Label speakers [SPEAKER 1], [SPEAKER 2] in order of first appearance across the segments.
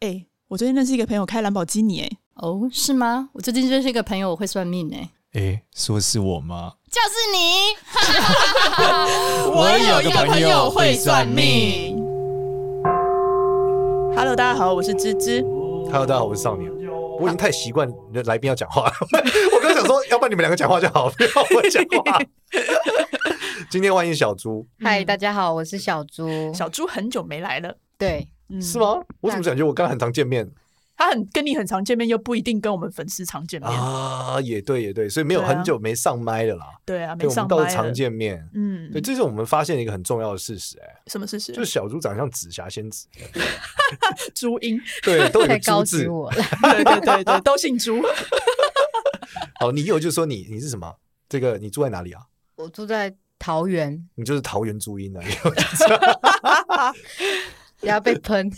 [SPEAKER 1] 哎、我最近认识一个朋友开兰博基尼、哎，
[SPEAKER 2] 哦，是吗？我最近认识一个朋友，我会算命哎、
[SPEAKER 3] 诶，说是我吗？
[SPEAKER 2] 就是你。
[SPEAKER 3] 我有一个朋友会算命。
[SPEAKER 1] Hello，大家好，我是芝芝。
[SPEAKER 4] Hello，大家好，我是少年。我已经太习惯来宾要讲话了， 我刚想说，要不然你们两个讲话就好，不要我讲话。今天欢迎小猪，
[SPEAKER 5] 嗨，大家好，我是小猪。
[SPEAKER 1] 小猪很久没来了，
[SPEAKER 5] 对，
[SPEAKER 1] 嗯，
[SPEAKER 4] 是？吗？我怎么感觉我刚刚很常见面
[SPEAKER 1] 他很跟你很常见面，又不一定跟我们粉丝常见面。
[SPEAKER 4] 啊？也对，也对，所以没有
[SPEAKER 1] 嗯对啊
[SPEAKER 4] 很久没上麦了啦。
[SPEAKER 1] 对啊，
[SPEAKER 4] 对，
[SPEAKER 1] 没
[SPEAKER 4] 我
[SPEAKER 1] 上
[SPEAKER 4] 们倒
[SPEAKER 1] 班
[SPEAKER 4] 是常。见面。
[SPEAKER 1] 嗯，
[SPEAKER 4] 对，这是我们发现一个很重要的事实、哎，
[SPEAKER 1] 什么事实？
[SPEAKER 4] 就是小猪长得像紫霞仙子，
[SPEAKER 1] 朱茵，
[SPEAKER 4] 对，都有
[SPEAKER 5] 太
[SPEAKER 4] 个
[SPEAKER 5] 高
[SPEAKER 4] 猪
[SPEAKER 5] 举
[SPEAKER 4] 字。
[SPEAKER 5] 我了。
[SPEAKER 1] 对对对 对，都姓朱。
[SPEAKER 4] 好，你有就说你你是什么？这个你住在哪里啊？
[SPEAKER 5] 我住在桃园，
[SPEAKER 4] 你就是桃园朱茵啊。
[SPEAKER 5] 不要被 喷。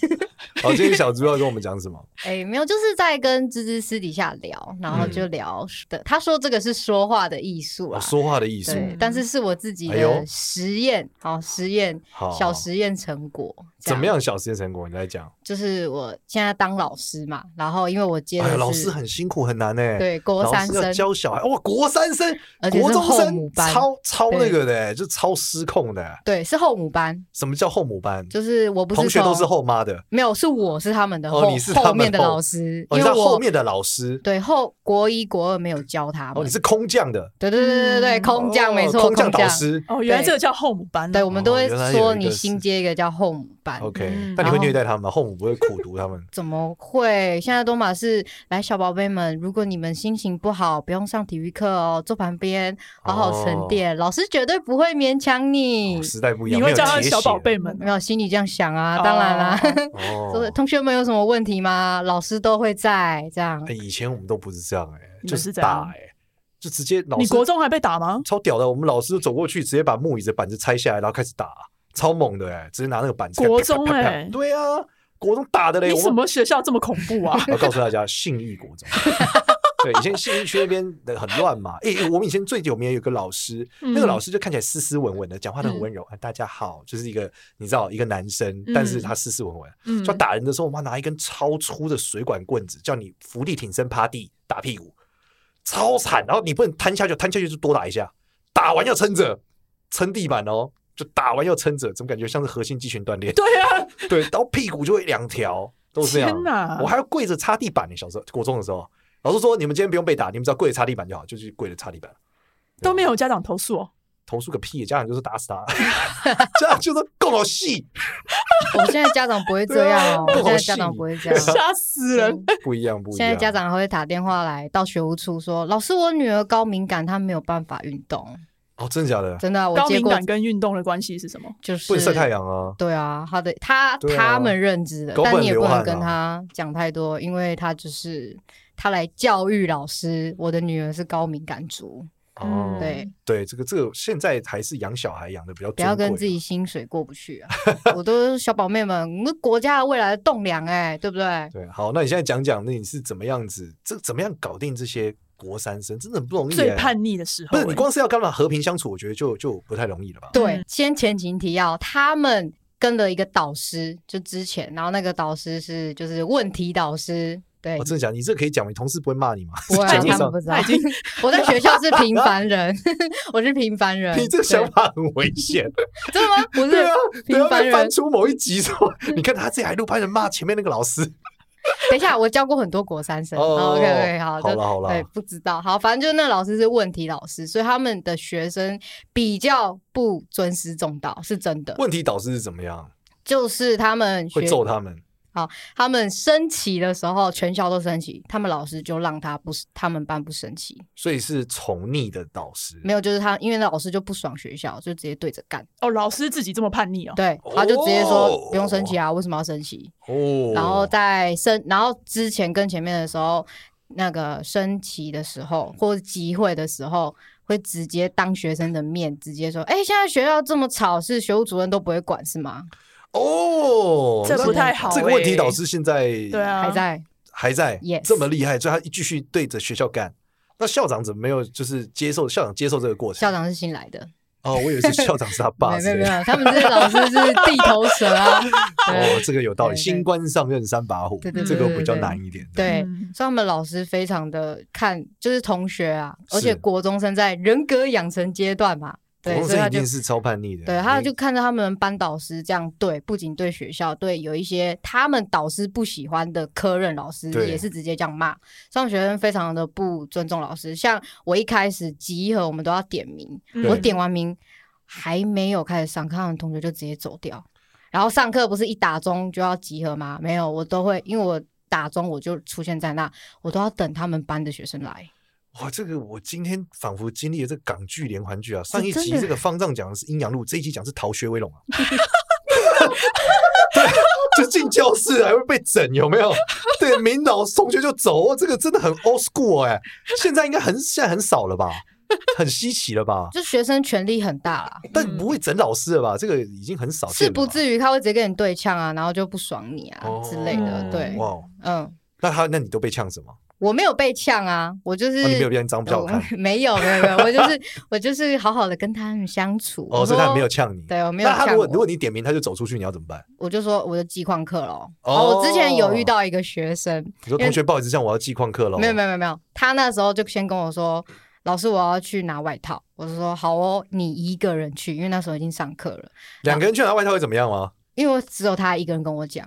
[SPEAKER 4] 好，今天小猪要跟我们讲什 么？
[SPEAKER 5] 哎、没有，就是在跟芝芝私底下聊，然后就聊的。他说这个是说话的艺术
[SPEAKER 4] 嗯哦
[SPEAKER 5] 啊，
[SPEAKER 4] 说话的艺术。
[SPEAKER 5] 对，但是是我自己
[SPEAKER 4] 哎呦
[SPEAKER 5] 的实验，好、实验
[SPEAKER 4] 好
[SPEAKER 5] 小实验成果。这
[SPEAKER 4] 怎么？样小实验成果？你来讲。
[SPEAKER 5] 就是我现在当老师嘛，然后因为我接的
[SPEAKER 4] 哎
[SPEAKER 5] 是、
[SPEAKER 4] 呀，老师很辛苦，很难哎。，
[SPEAKER 5] 对国三
[SPEAKER 4] 老师要
[SPEAKER 5] 生，
[SPEAKER 4] 教小孩，哇，国三生、
[SPEAKER 5] 而且是
[SPEAKER 4] 国中
[SPEAKER 5] 后母
[SPEAKER 4] 生，
[SPEAKER 5] 班
[SPEAKER 4] 超超那
[SPEAKER 5] 对
[SPEAKER 4] 个的欸，就超失控的欸。
[SPEAKER 5] 对，是后母班，
[SPEAKER 4] 什么叫后母班？
[SPEAKER 5] 就是我不是
[SPEAKER 4] 同学都
[SPEAKER 5] 从
[SPEAKER 4] 是后妈的，
[SPEAKER 5] 没有，是我是他们的
[SPEAKER 4] 哦
[SPEAKER 5] 后、
[SPEAKER 4] 你是他
[SPEAKER 5] 后
[SPEAKER 4] 们
[SPEAKER 5] 面的
[SPEAKER 4] 后
[SPEAKER 5] 老师，
[SPEAKER 4] 哦，你
[SPEAKER 5] 因
[SPEAKER 4] 知
[SPEAKER 5] 为
[SPEAKER 4] 道
[SPEAKER 5] 我
[SPEAKER 4] 后面的老师，
[SPEAKER 5] 对后国一国二没有教他
[SPEAKER 4] 哦，
[SPEAKER 5] 们，
[SPEAKER 4] 你是空降的，
[SPEAKER 5] 对对对对对，
[SPEAKER 1] 嗯
[SPEAKER 5] 空降、
[SPEAKER 4] 哦
[SPEAKER 5] 没错，
[SPEAKER 4] 空
[SPEAKER 5] 空
[SPEAKER 4] 降导师。
[SPEAKER 1] 哦，原来
[SPEAKER 5] 对
[SPEAKER 1] 这个叫后母班、啊。
[SPEAKER 5] 对，我们都会
[SPEAKER 4] 哦原来有一
[SPEAKER 5] 说
[SPEAKER 4] 个
[SPEAKER 5] 你
[SPEAKER 4] 是
[SPEAKER 5] 新接一个叫后母班。
[SPEAKER 4] OK，
[SPEAKER 1] 嗯
[SPEAKER 4] 那你
[SPEAKER 5] 然
[SPEAKER 4] 会
[SPEAKER 5] 后？
[SPEAKER 4] 虐待他们吗？后母不会苦读他们
[SPEAKER 5] 怎么会？现在都马是来，小宝贝们，如果你们心情不好，不用上体育课哦，坐旁边好好沉淀，老师绝对不会勉强你
[SPEAKER 4] 哦。时代不一
[SPEAKER 1] 你
[SPEAKER 4] 样，没
[SPEAKER 1] 会
[SPEAKER 4] 有啊
[SPEAKER 1] 叫他
[SPEAKER 4] 铁血
[SPEAKER 1] 小宝贝们
[SPEAKER 5] 没有心里这样想啊，当然啦、 说
[SPEAKER 4] 哦。
[SPEAKER 5] 同学们有什么问题吗？老师都会在这样
[SPEAKER 4] 哎，。以前我们都不是这样哎，
[SPEAKER 1] 你们
[SPEAKER 4] 就是是
[SPEAKER 1] 怎样
[SPEAKER 4] 打哎，就直接老
[SPEAKER 1] 你
[SPEAKER 4] 师
[SPEAKER 1] 国中还被打吗？
[SPEAKER 4] 超屌的，我们老师走过去，直接把木椅子板子拆下来，然后开始打，超猛的哎、直接拿那个板子。
[SPEAKER 1] 国中
[SPEAKER 4] 啪啪啪啪
[SPEAKER 1] 欸
[SPEAKER 4] 对啊，国中打的嘞。
[SPEAKER 1] 你
[SPEAKER 4] 我
[SPEAKER 1] 什
[SPEAKER 4] 们
[SPEAKER 1] 么学校这么恐怖啊？
[SPEAKER 4] 我告诉大家，信义国中。 对，以前信义区那边的很乱嘛。哎、我们以前最有名的有个老师，
[SPEAKER 1] 嗯
[SPEAKER 4] 那个老师就看起来斯斯文文的，讲话都很温柔、啊大家好，就是一个你知道一个男生，但是他斯斯文文。
[SPEAKER 1] 嗯
[SPEAKER 4] 就打人的时候，我妈拿一根超粗的水管棍子，叫你伏地挺身趴地打屁股，超惨。然后你不能瘫下去，瘫下去就多打一下，打完要撑着，撑地板哦，就打完要撑着，怎么感觉像是核心肌群锻炼？
[SPEAKER 1] 对啊，
[SPEAKER 4] 对，然后屁股就会两条，都是这样
[SPEAKER 1] 天。哪
[SPEAKER 4] 我还要跪着擦地板呢，小时候国中的时候，老师说你们今天不用被打，你们只要跪着擦地板就好，就去跪着擦地板。啊
[SPEAKER 1] 都没有家长投诉哦。
[SPEAKER 4] 投诉个屁，家长就是打死他，家长就说够好戏，
[SPEAKER 5] 我现在家长不会这样哦，
[SPEAKER 4] 对啊
[SPEAKER 5] 我现在家长不会 这样。
[SPEAKER 1] 吓死人！
[SPEAKER 4] 不一样不一样。
[SPEAKER 5] 现在家长还会打电话来到学务处说：“老师，我女儿高敏感，她没有办法运动。
[SPEAKER 4] 哦，真的假”的？
[SPEAKER 5] 真的啊、我
[SPEAKER 1] 高
[SPEAKER 5] 接
[SPEAKER 1] 敏
[SPEAKER 5] 过
[SPEAKER 1] 感跟运动的关系是什么？
[SPEAKER 5] 就是
[SPEAKER 4] 不能晒太阳啊。
[SPEAKER 5] 对啊，她的她、
[SPEAKER 4] 对啊
[SPEAKER 5] 他们认知的
[SPEAKER 4] 狗，本
[SPEAKER 5] 但你也不
[SPEAKER 4] 流汗啊
[SPEAKER 5] 能跟她讲太多，因为她就是她来教育老师，我的女儿是高敏感族，
[SPEAKER 4] 哦
[SPEAKER 1] 嗯，
[SPEAKER 5] 对，
[SPEAKER 4] 对，这个这个现在还是养小孩养的比较
[SPEAKER 5] 不要
[SPEAKER 4] 尊贵
[SPEAKER 5] 跟自己
[SPEAKER 4] 啊
[SPEAKER 5] 薪水过不去啊！我都是小宝妹们，我们国家的未来的栋梁哎、对不对？
[SPEAKER 4] 对。好，那你现在讲讲，那你是怎么样子？这怎么样搞定这些国三生？真的很不容易、欸。
[SPEAKER 1] 最叛逆的时
[SPEAKER 4] 不
[SPEAKER 1] 候、欸
[SPEAKER 4] 是你光是要干嘛和平相处，我觉得就就不太容易了吧？
[SPEAKER 5] 对，先前情提要，他们跟了一个导师，就之前，然后那个导师是就是问题导师，对
[SPEAKER 4] 哦我、，真的讲，你这可以讲，你同事不会骂你吗？
[SPEAKER 5] 不会、
[SPEAKER 4] 在
[SPEAKER 5] 啊，
[SPEAKER 4] 节目
[SPEAKER 5] 他们
[SPEAKER 4] 上
[SPEAKER 5] 不知道， 我在学校是平凡人， 我是平凡人，
[SPEAKER 4] 你这个想
[SPEAKER 5] 对
[SPEAKER 4] 法很危 险。
[SPEAKER 5] 真的 吗？不是
[SPEAKER 4] 对啊，等
[SPEAKER 5] 平
[SPEAKER 4] 下
[SPEAKER 5] 凡
[SPEAKER 4] 被翻
[SPEAKER 5] 人。嗯
[SPEAKER 4] 出某一集之后，你看他自己还录拍人骂前面那个老师。
[SPEAKER 5] 等一下，我教过很多国三生。
[SPEAKER 4] 哦
[SPEAKER 5] OK OK，好，
[SPEAKER 4] 好
[SPEAKER 5] 就
[SPEAKER 4] 了好了
[SPEAKER 5] 对，不知道，好，反正就是那老师是问题老师，所以他们的学生比较不尊师重道，是真的。
[SPEAKER 4] 问题导师是怎么样？
[SPEAKER 5] 就是他们学
[SPEAKER 4] 会揍他们？
[SPEAKER 5] 他们升旗的时候，全校都升旗，他们老师就让他不，他们班不升旗，
[SPEAKER 4] 所以是宠溺的导师。
[SPEAKER 5] 没有，就是他，因为那老师就不爽学校，就直接对着干，
[SPEAKER 1] 哦，老师自己这么叛逆哦。
[SPEAKER 5] 对，他就直接说
[SPEAKER 4] 哦
[SPEAKER 5] 不用升旗啊，为什么要升旗？
[SPEAKER 4] 哦，
[SPEAKER 5] 然后在升，然后之前跟前面的时候，那个升旗的时候或者集会的时候，会直接当学生的面直接说，哎、现在学校这么吵，是学务主任都不会管是吗？
[SPEAKER 4] 哦，
[SPEAKER 1] 这
[SPEAKER 4] 那
[SPEAKER 1] 不太好
[SPEAKER 4] 这个问题
[SPEAKER 1] 欸
[SPEAKER 4] 导师现在
[SPEAKER 1] 对啊，
[SPEAKER 5] 还在
[SPEAKER 4] 还在
[SPEAKER 5] Yes
[SPEAKER 4] 这么厉害，所以他继续对着学校干。那校长怎么没有就是接受校长接受这个过程？
[SPEAKER 5] 校长是新来的，
[SPEAKER 4] 哦，我以为是校长是他爸
[SPEAKER 5] 没
[SPEAKER 4] 之
[SPEAKER 5] 有
[SPEAKER 4] 类
[SPEAKER 5] 没
[SPEAKER 4] 的。
[SPEAKER 5] 有，他们这些老师是地头蛇啊。
[SPEAKER 4] 哦，这个有道理。
[SPEAKER 5] 对对
[SPEAKER 4] 新官上任三把火，
[SPEAKER 5] 对对对
[SPEAKER 4] 这个
[SPEAKER 5] 对
[SPEAKER 4] 比较
[SPEAKER 5] 对
[SPEAKER 4] 难一点。
[SPEAKER 5] 对，
[SPEAKER 1] 嗯
[SPEAKER 5] 所以他们老师非常的看，就是同学啊，而且
[SPEAKER 4] 是
[SPEAKER 5] 国中生在人格养成阶段嘛，对，
[SPEAKER 4] 国中
[SPEAKER 5] 所以
[SPEAKER 4] 生
[SPEAKER 5] 他
[SPEAKER 4] 一
[SPEAKER 5] 就
[SPEAKER 4] 定是哎超叛逆的。
[SPEAKER 5] 对，他就看着他们班导师这样对，不仅对学校，对有一些他们导师不喜欢的科任老师
[SPEAKER 4] 对
[SPEAKER 5] 也是直接这样骂，上学生非常的不尊重老师。像我一开始集合，我们都要点名，
[SPEAKER 1] 嗯
[SPEAKER 5] 我点完名还没有开始上课，他们同学就直接走掉。然后上课不是一打钟就要集合吗？没有，我都会因为我打钟我就出现在那，我都要等他们班的学生来。
[SPEAKER 4] 哇，这个我今天仿佛经历了这个港剧连环剧啊！上一
[SPEAKER 5] 真
[SPEAKER 4] 集
[SPEAKER 5] 的
[SPEAKER 4] 这个方丈讲的是阴阳路，这一集讲是逃学威 龙啊。对，就进教室还会被整，有没有？对，明老同学就走，哦这个真的很 old school 哎、现在应该很现在很少了吧，很稀奇了吧？
[SPEAKER 5] 就学生权力很大啦，
[SPEAKER 4] 但不会整老师了吧？哦这个已经很少
[SPEAKER 5] 嗯
[SPEAKER 4] 见
[SPEAKER 5] 是
[SPEAKER 4] 了吧
[SPEAKER 5] 不至于他会直接跟你对呛啊，然后就不爽你啊
[SPEAKER 4] 哦
[SPEAKER 5] 之类的。对，
[SPEAKER 4] 哇哦，
[SPEAKER 5] 嗯，
[SPEAKER 4] 那他那你都被呛什么？
[SPEAKER 5] 我没有被呛啊，我就是、呃
[SPEAKER 4] 哦你没有被人脏不好看
[SPEAKER 5] 我 没有没有没有，我就是我就是好好的跟他们相处。
[SPEAKER 4] 哦，
[SPEAKER 5] 我
[SPEAKER 4] 所以他
[SPEAKER 5] 说
[SPEAKER 4] 没有。呛你。
[SPEAKER 5] 对，我没有
[SPEAKER 4] 那他
[SPEAKER 5] 呛
[SPEAKER 4] 如
[SPEAKER 5] 我
[SPEAKER 4] 果如果你点名他就走出去，你要怎么办？
[SPEAKER 5] 我就说我的记旷课咯。
[SPEAKER 4] 哦
[SPEAKER 5] 哦，我之前有遇到一个学生，
[SPEAKER 4] 你说
[SPEAKER 5] 因为
[SPEAKER 4] 同学，不好意思，这样我要记旷课喽。
[SPEAKER 5] 没有没有没有没有，他那时候就先跟我说，老师我要去拿外套，我就说好哦，你一个人去，因为那时候已经上课了，
[SPEAKER 4] 两个人去拿外套会怎么样吗？
[SPEAKER 5] 因为我只有他一个人跟我讲，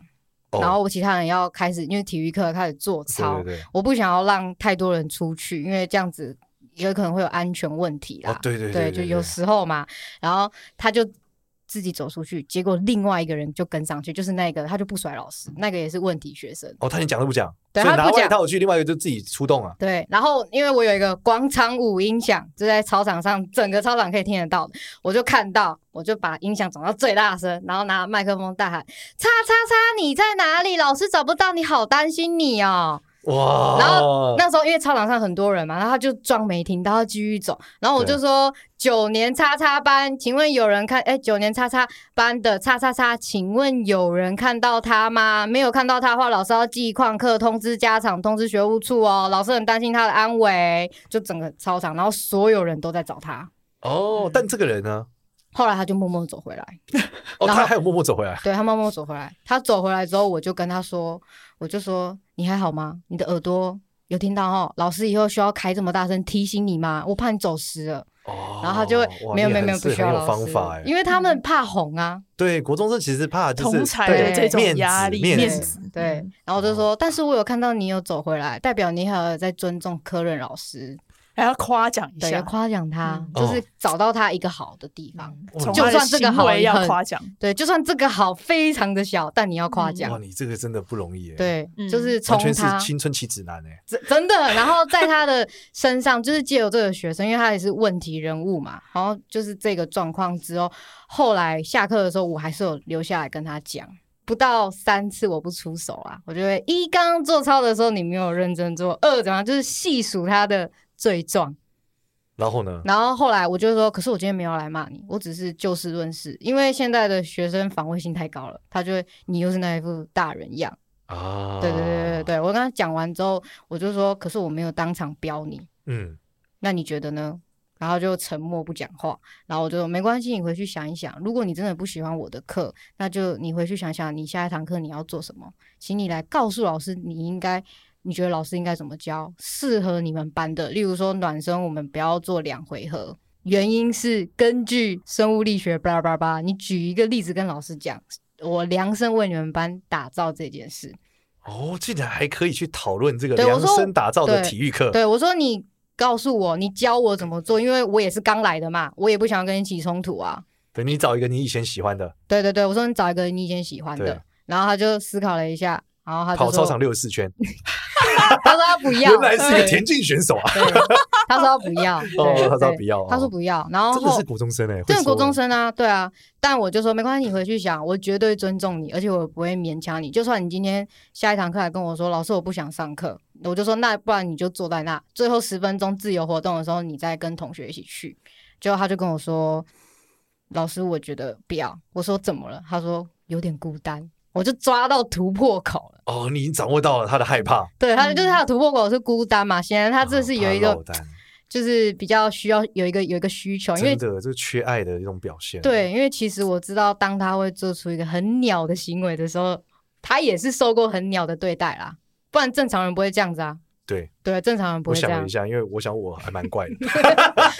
[SPEAKER 4] 哦
[SPEAKER 5] 然后我其他人要开始因为体育课开始做操，
[SPEAKER 4] 对对对，
[SPEAKER 5] 我不想要让太多人出去，因为这样子也有可能会有安全问题啦。
[SPEAKER 4] 哦对对对
[SPEAKER 5] 对
[SPEAKER 4] 对对
[SPEAKER 5] 就有时候嘛，然后他就自己走出去，结果另外一个人就跟上去，就是那个他就不甩老师，那个也是问题学生。
[SPEAKER 4] 哦，他连讲都不讲，
[SPEAKER 5] 对
[SPEAKER 4] 所以
[SPEAKER 5] 他
[SPEAKER 4] 拿
[SPEAKER 5] 不
[SPEAKER 4] 外
[SPEAKER 5] 讲
[SPEAKER 4] 套去，另外一个就自己出动啊。
[SPEAKER 5] 对，然后因为我有一个广场舞音响，就在操场上，整个操场可以听得到的，我就看到，我就把音响转到最大声，然后拿麦克风大喊：“叉叉叉，你在哪里？老师找不到你，好担心你哦。”
[SPEAKER 4] 哇，
[SPEAKER 5] 然
[SPEAKER 4] 呃
[SPEAKER 5] 后那时候因为操场上很多人嘛，然后他就装没听到，他继续走。然后我就说：“九年叉叉班，请问有人看？哎，九年叉叉班的叉叉叉，请问有人看到他吗？没有看到他的话，老师要记旷课，通知家长，通知学务处哦。老师很担心他的安危。”就整个操场，然后所有人都在找他。
[SPEAKER 4] 哦，但这个人呢？
[SPEAKER 5] 后来他就默默走回来，
[SPEAKER 4] 哦，
[SPEAKER 5] 然后
[SPEAKER 4] 他还有默默走回来。
[SPEAKER 5] 对他默默走回来。他走回来之后，我就跟他说，我就说你还好吗？你的耳朵有听到哈？老师以后需要开这么大声提醒你吗？我怕你走失了。
[SPEAKER 4] 哦，
[SPEAKER 5] 然后他就会
[SPEAKER 4] 哇
[SPEAKER 5] 没有
[SPEAKER 4] 你
[SPEAKER 5] 没有
[SPEAKER 4] 很
[SPEAKER 5] 没有，不
[SPEAKER 4] 是
[SPEAKER 5] 需
[SPEAKER 4] 很
[SPEAKER 5] 要
[SPEAKER 4] 有
[SPEAKER 5] 老
[SPEAKER 4] 方
[SPEAKER 5] 师
[SPEAKER 4] 法，哎。
[SPEAKER 5] 因为他
[SPEAKER 1] 嗯
[SPEAKER 5] 们怕红啊。
[SPEAKER 4] 对，国中生其实怕就是
[SPEAKER 1] 同才
[SPEAKER 4] 对
[SPEAKER 1] 的这种
[SPEAKER 4] 面
[SPEAKER 1] 压
[SPEAKER 4] 子
[SPEAKER 1] 力，
[SPEAKER 4] 面
[SPEAKER 5] 对
[SPEAKER 1] 面
[SPEAKER 4] 子哦
[SPEAKER 1] 子，嗯
[SPEAKER 5] 对，然后我就说，但是我有看到你有走回来，代表你还有在尊重科任老师，
[SPEAKER 1] 还要夸奖一
[SPEAKER 5] 对，
[SPEAKER 1] 下
[SPEAKER 5] 要，夸奖他，
[SPEAKER 4] 嗯
[SPEAKER 5] 就是找到他一个好的地方。
[SPEAKER 1] 从
[SPEAKER 5] 就
[SPEAKER 1] 他的
[SPEAKER 5] 算这个
[SPEAKER 1] 行
[SPEAKER 5] 好
[SPEAKER 1] 为
[SPEAKER 5] 也
[SPEAKER 1] 要
[SPEAKER 5] 很
[SPEAKER 1] 夸奖，
[SPEAKER 5] 对，就算这个好非常的小，但你要夸
[SPEAKER 4] 哇，
[SPEAKER 5] 奖。
[SPEAKER 4] 你这个真的不容易，哎，
[SPEAKER 5] 对，
[SPEAKER 1] 嗯
[SPEAKER 5] 就是从
[SPEAKER 4] 完全是
[SPEAKER 5] 他
[SPEAKER 4] 青春期指南，哎，
[SPEAKER 5] 真真的。然后在他的身上，就是借由这个学生，因为他也是问题人物嘛，然后就是这个状况之后，后来下课的时候，我还是有留下来跟他讲。不到三次我不出手啊，我就会一刚刚做操的时候你没有认真做，二怎么样就是细数他的罪状，
[SPEAKER 4] 然后呢？
[SPEAKER 5] 然后后来我就说，可是我今天没有来骂你，我只是就事论事，因为现在的学生防卫心太高了，他就会你又是那一副大人样。
[SPEAKER 4] 啊，
[SPEAKER 5] 对对对对，对，我跟他讲完之后，我就说，可是我没有当场标你，
[SPEAKER 4] 嗯，
[SPEAKER 5] 那你觉得呢？然后就沉默不讲话，然后我就说没关系，你回去想一想。如果你真的不喜欢我的课，那就你回去想想，你下一堂课你要做什么，请你来告诉老师，你应该你觉得老师应该怎么教，适合你们班的。例如说暖身，我们不要做两回合，原因是根据生物力学，巴拉巴拉巴拉。你举一个例子跟老师讲，我量身为你们班打造这件事。
[SPEAKER 4] 哦，竟然还可以去讨论这个
[SPEAKER 5] 对我
[SPEAKER 4] 量
[SPEAKER 5] 说
[SPEAKER 4] 身打造的
[SPEAKER 5] 对
[SPEAKER 4] 体育 课，
[SPEAKER 5] 对，我说你告诉我，你教我怎么做，因为我也是刚来的嘛，我也不想要跟你起冲突啊。
[SPEAKER 4] 对，你找一个你以前喜欢的，
[SPEAKER 5] 对对对，我说你找一个你以前喜欢
[SPEAKER 4] 对
[SPEAKER 5] 的，然后他就思考了一下，然后他啊
[SPEAKER 4] 跑
[SPEAKER 5] 就
[SPEAKER 4] 操场
[SPEAKER 5] 说，
[SPEAKER 4] 六十四圈，
[SPEAKER 5] 他说他不要，
[SPEAKER 4] 原来是个
[SPEAKER 5] 对
[SPEAKER 4] 田径选手啊！
[SPEAKER 5] 对，他说他不要，
[SPEAKER 4] 哦
[SPEAKER 5] 对
[SPEAKER 4] 他说他
[SPEAKER 5] 对
[SPEAKER 4] 不要
[SPEAKER 5] 他说不要，然后
[SPEAKER 4] 真的是国中生哎、欸，
[SPEAKER 5] 对
[SPEAKER 4] 会
[SPEAKER 5] 国
[SPEAKER 4] 说
[SPEAKER 5] 中生啊，对啊，但我就说没关系，你回去想，我绝对尊重你，而且我不会勉强你。就算你今天下一堂课来跟我说，老师我不想上课，我就说那不然你就坐在那，最后十分钟自由活动的时候，你再跟同学一起去。结果他就跟我说，老师我觉得不要。我说怎么了？他说有点孤单。我就抓到突破口了，
[SPEAKER 4] 哦，你已经掌握到了他的害怕，啊
[SPEAKER 5] 对，他就是他的突破口是孤单嘛，显然他这是有一个
[SPEAKER 4] 哦怕落单
[SPEAKER 5] 就是比较需要有一个有一个需求，因为
[SPEAKER 4] 真的，这是缺爱的一种表现。
[SPEAKER 5] 对，，因为其实我知道，当他会做出一个很鸟的行为的时候，他也是受过很鸟的对待啦，不然正常人不会这样子啊。
[SPEAKER 4] 对，
[SPEAKER 5] 对，正常人不
[SPEAKER 4] 我
[SPEAKER 5] 会这
[SPEAKER 4] 想
[SPEAKER 5] 样
[SPEAKER 4] 了一。下，因为我想我还蛮 怪的。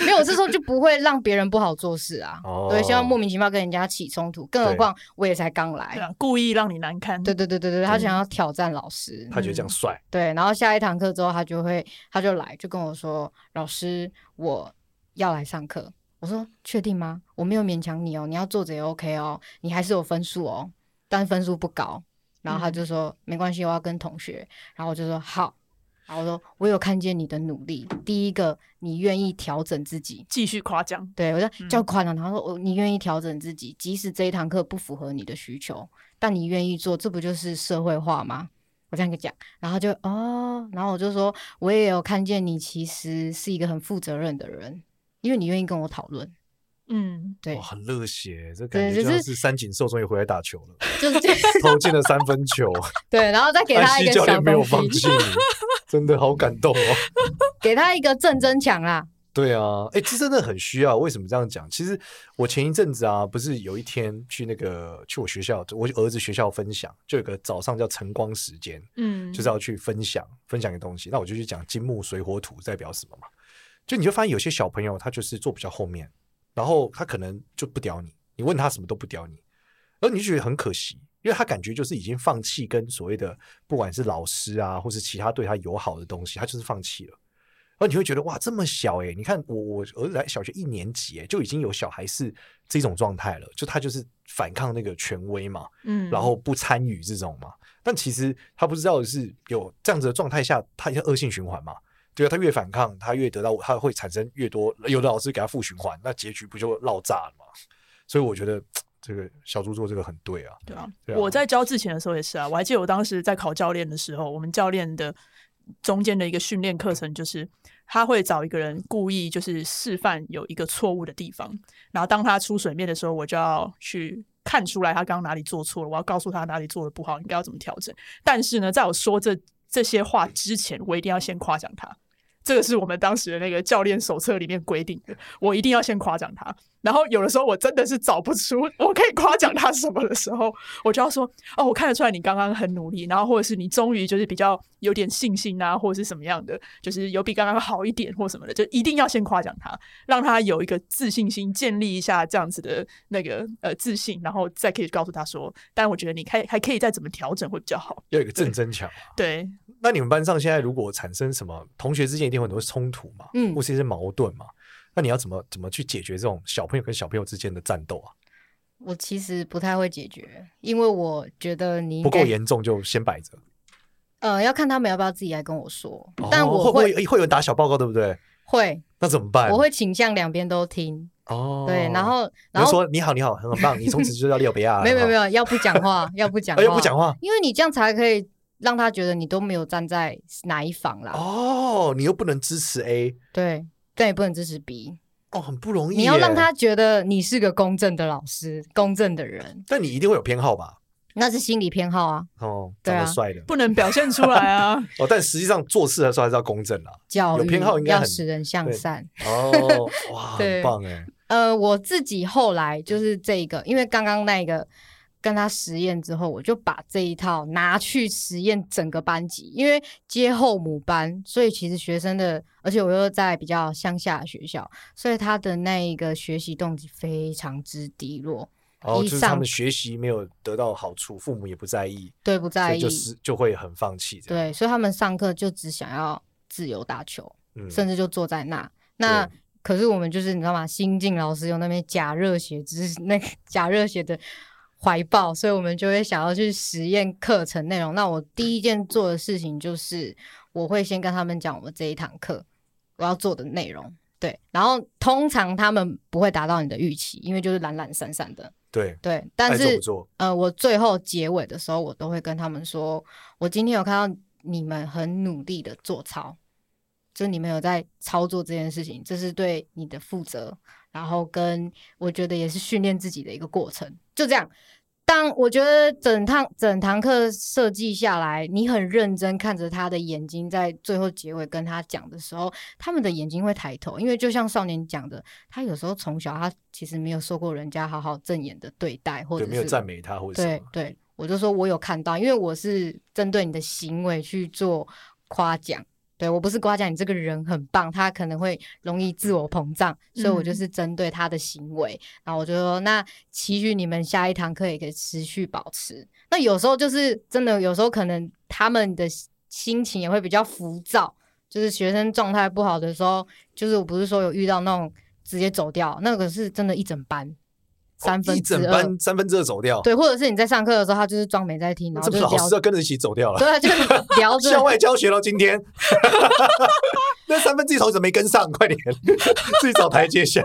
[SPEAKER 5] 没有，我是说就不会让别人不好做事啊。
[SPEAKER 4] 哦
[SPEAKER 5] 对，希望莫名其妙跟人家起冲突，更何
[SPEAKER 4] 对
[SPEAKER 5] 况我也才刚
[SPEAKER 1] 对
[SPEAKER 5] 来。
[SPEAKER 1] 啊，故意让你难堪。
[SPEAKER 5] 对对对对对，他想要挑战老师。
[SPEAKER 4] 他觉得这样帅，
[SPEAKER 5] 对，然后下一堂课之后，他就会他就来就跟我说：“老师，我要来上课。”我说：“确定吗？我没有勉强你哦，你要坐着也 OK 哦，你还是有分数哦，但是分数不高。”然后他就说：“没关系，我要跟同学。”然后我就说：“好。”然后我说：“我有看见你的努力，第一个你愿意调整自己。”
[SPEAKER 1] 继续夸奖，
[SPEAKER 5] 对我就
[SPEAKER 1] 嗯
[SPEAKER 5] 叫宽了，然后说我你愿意调整自己，即使这一堂课不符合你的需求，但你愿意做，这不就是社会化吗？我这样跟你讲，然后就哦，然后我就说我也有看见你其实是一个很负责任的人，因为你愿意跟我讨论，
[SPEAKER 1] 嗯，
[SPEAKER 5] 对
[SPEAKER 4] 哇，，很热血，这感觉
[SPEAKER 5] 对就
[SPEAKER 4] 就
[SPEAKER 5] 是
[SPEAKER 4] 像是三井寿终于回来打球了，
[SPEAKER 5] 就是这
[SPEAKER 4] 投进了三分球，
[SPEAKER 5] 对，然后再 给他
[SPEAKER 4] 安
[SPEAKER 5] 一
[SPEAKER 4] 西
[SPEAKER 5] 个
[SPEAKER 4] 教
[SPEAKER 5] 小
[SPEAKER 4] 练没有
[SPEAKER 5] 东
[SPEAKER 4] 放
[SPEAKER 5] 西，
[SPEAKER 4] 弃你，真的好感动哦。
[SPEAKER 5] 给他一个
[SPEAKER 4] 嗯
[SPEAKER 5] 正增强啦，
[SPEAKER 4] 对啊，哎、这真的很需要。为什么这样讲？其实我前一阵子啊，不是有一天去那个去我学校，我儿子学校分享，就有个早上叫晨光时间，
[SPEAKER 1] 嗯，
[SPEAKER 4] 就是要去分享分享一个东西。那我就去讲金木水火土代表什么嘛。就你就发现有些小朋友他就是坐比较后面，然后他可能就不屌你，你问他什么都不屌你，然后你就觉得很可惜，因为他感觉就是已经放弃跟所谓的不管是老师啊，或是其他对他友好的东西，他就是放弃了。然后你会觉得哇，这么小诶、你看我我儿子来小学一年级、欸诶，就已经有小孩是这种状态了，就他就是反抗那个权威嘛，
[SPEAKER 1] 嗯，
[SPEAKER 4] 然后不参与这种嘛。但其实他不知道的是，有这样子的状态下，他也是恶性循环嘛。对啊，他越反抗，他越得到，他会产生越多。有的老师给他负循环，那结局不就落炸了嘛？所以我觉得这个小猪做这个很对啊。
[SPEAKER 1] 对啊，
[SPEAKER 4] 对啊
[SPEAKER 1] 我在教之前的时候也是啊，我还记得我当时在考教练的时候，我们教练的中间的一个训练课程就是。他会找一个人故意就是示范有一个错误的地方，然后当他出水面的时候，我就要去看出来他刚刚哪里做错了，我要告诉他哪里做的不好，应该要怎么调整。但是呢，在我说这这些话之前，我一定要先夸奖他。这个是我们当时的那个教练手册里面规定的，我一定要先夸奖他。然后有的时候我真的是找不出我可以夸奖他什么的时候，我就要说哦，我看得出来你刚刚很努力，然后或者是你终于就是比较有点信心啊，或者是什么样的，就是有比刚刚好一点或什么的，就一定要先夸奖他，让他有一个自信心，建立一下这样子的那个呃自信，然后再可以告诉他说，但我觉得你还还可以再怎么调整会比较好。
[SPEAKER 4] 要有一个正增强啊。
[SPEAKER 1] 对，
[SPEAKER 4] 那你们班上现在如果产生什么同学之间一定会有很多冲突嘛，
[SPEAKER 5] 嗯
[SPEAKER 4] 或是一些矛盾嘛，那你要怎么怎么去解决这种小朋友跟小朋友之间的战斗啊？
[SPEAKER 5] 我其实不太会解决，因为我觉得你应
[SPEAKER 4] 不够
[SPEAKER 5] 该，
[SPEAKER 4] 严重就先摆着。
[SPEAKER 5] 呃，要看他们要不要自己来跟我说，但
[SPEAKER 4] 哦
[SPEAKER 5] 我
[SPEAKER 4] 会哎不会会有人打小报告，对不对？
[SPEAKER 5] 会
[SPEAKER 4] 那怎么办？
[SPEAKER 5] 我会倾向两边都听，
[SPEAKER 4] 哦，
[SPEAKER 5] 对，然后
[SPEAKER 4] 你
[SPEAKER 5] 然后
[SPEAKER 4] 就说你好，你好，很很棒，你从此就叫利奥比亚了。
[SPEAKER 5] 没有没有没
[SPEAKER 4] 有，
[SPEAKER 5] 有，要不讲话，要不讲话，
[SPEAKER 4] 哎呦，不讲话
[SPEAKER 5] 因为你这样才可以让他觉得你都没有站在哪一方啦。
[SPEAKER 4] 哦，你又不能支持 A
[SPEAKER 5] 对，但也不能支持 B，
[SPEAKER 4] 哦，很不容易。
[SPEAKER 5] 你要让，他觉得你是个公正的老师，公正的人，
[SPEAKER 4] 但你一定会有偏好吧？
[SPEAKER 5] 那是心理偏好啊，
[SPEAKER 4] 哦，
[SPEAKER 5] 对
[SPEAKER 4] 长
[SPEAKER 5] 啊
[SPEAKER 4] 得帅的
[SPEAKER 1] 不能表现出来啊。
[SPEAKER 4] 哦，但实际上做事的时候还是要公正啦。
[SPEAKER 5] 教
[SPEAKER 4] 有
[SPEAKER 5] 育
[SPEAKER 4] 偏好应该
[SPEAKER 5] 要
[SPEAKER 4] 很
[SPEAKER 5] 使人向
[SPEAKER 4] 对
[SPEAKER 5] 善。
[SPEAKER 4] 哦， 哇，很
[SPEAKER 5] 对
[SPEAKER 4] 棒哎，
[SPEAKER 5] 呃，我自己后来就是这一个，因为刚刚那个跟他实验之后，我就把这一套拿去实验整个班级，因为接后母班，所以其实学生的，而且我又在比较乡下的学校，所以他的那一个学习动机非常之低落，
[SPEAKER 4] 哦，
[SPEAKER 5] 以
[SPEAKER 4] 就是他
[SPEAKER 5] 上
[SPEAKER 4] 们学习没有得到好处，父母也不在意，
[SPEAKER 5] 对不在
[SPEAKER 4] 所以
[SPEAKER 5] 意，
[SPEAKER 4] 就是就会很放弃这样。
[SPEAKER 5] 对，所以他们上课就只想要自由打球，
[SPEAKER 4] 嗯
[SPEAKER 5] 甚至就坐在那。那
[SPEAKER 4] 对
[SPEAKER 5] 可是我们就是你知道吗？新进老师有那边假热血之那个假热血的怀抱，所以我们就会想要去实验课程内容。那我第一件做的事情就是，我会先跟他们讲我们这一堂课我要做的内容。对，然后通常他们不会达到你的预期，因为就是懒懒散散的。
[SPEAKER 4] 对，
[SPEAKER 5] 对，但
[SPEAKER 4] 爱做
[SPEAKER 5] 是
[SPEAKER 4] 不做，
[SPEAKER 5] 呃，我最后结尾的时候，我都会跟他们说，我今天有看到你们很努力的做操，就你们有在操作这件事情，这是对你的负责，然后跟我觉得也是训练自己的一个过程，就这样。但我觉得整堂整堂课设计下来，你很认真看着他的眼睛，在最后结尾跟他讲的时候，他们的眼睛会抬头，因为就像少年讲的，他有时候从小他其实没有受过人家好好正眼的对待，或者
[SPEAKER 4] 对，
[SPEAKER 5] 是
[SPEAKER 4] 没有赞美他或者什
[SPEAKER 5] 对
[SPEAKER 4] 么，
[SPEAKER 5] 对，我就说我有看到，因为我是针对你的行为去做夸奖。对我不是夸奖你这个人很棒，他可能会容易自我膨胀，所以我就
[SPEAKER 1] 嗯
[SPEAKER 5] 是针对他的行为，然后我就说，那期许你们下一堂课也可以持续保持。那有时候就是真的，有时候可能他们的心情也会比较浮躁，就是学生状态不好的时候，就是我不是说有遇到那种直接走掉，那个是真的一整班，三分
[SPEAKER 4] 哦一
[SPEAKER 5] 之
[SPEAKER 4] 整
[SPEAKER 5] 二。
[SPEAKER 4] 班三分之二走掉，
[SPEAKER 5] 对，或者是你在上课的时候，他就是装没在听，然后
[SPEAKER 4] 这
[SPEAKER 5] 就
[SPEAKER 4] 不是
[SPEAKER 5] 聊
[SPEAKER 4] 老师要跟着一起走掉了。
[SPEAKER 5] 对啊，就是聊着
[SPEAKER 4] 校外教学到今 天，那三分之一头怎么没跟上？快点， 自己找台阶下。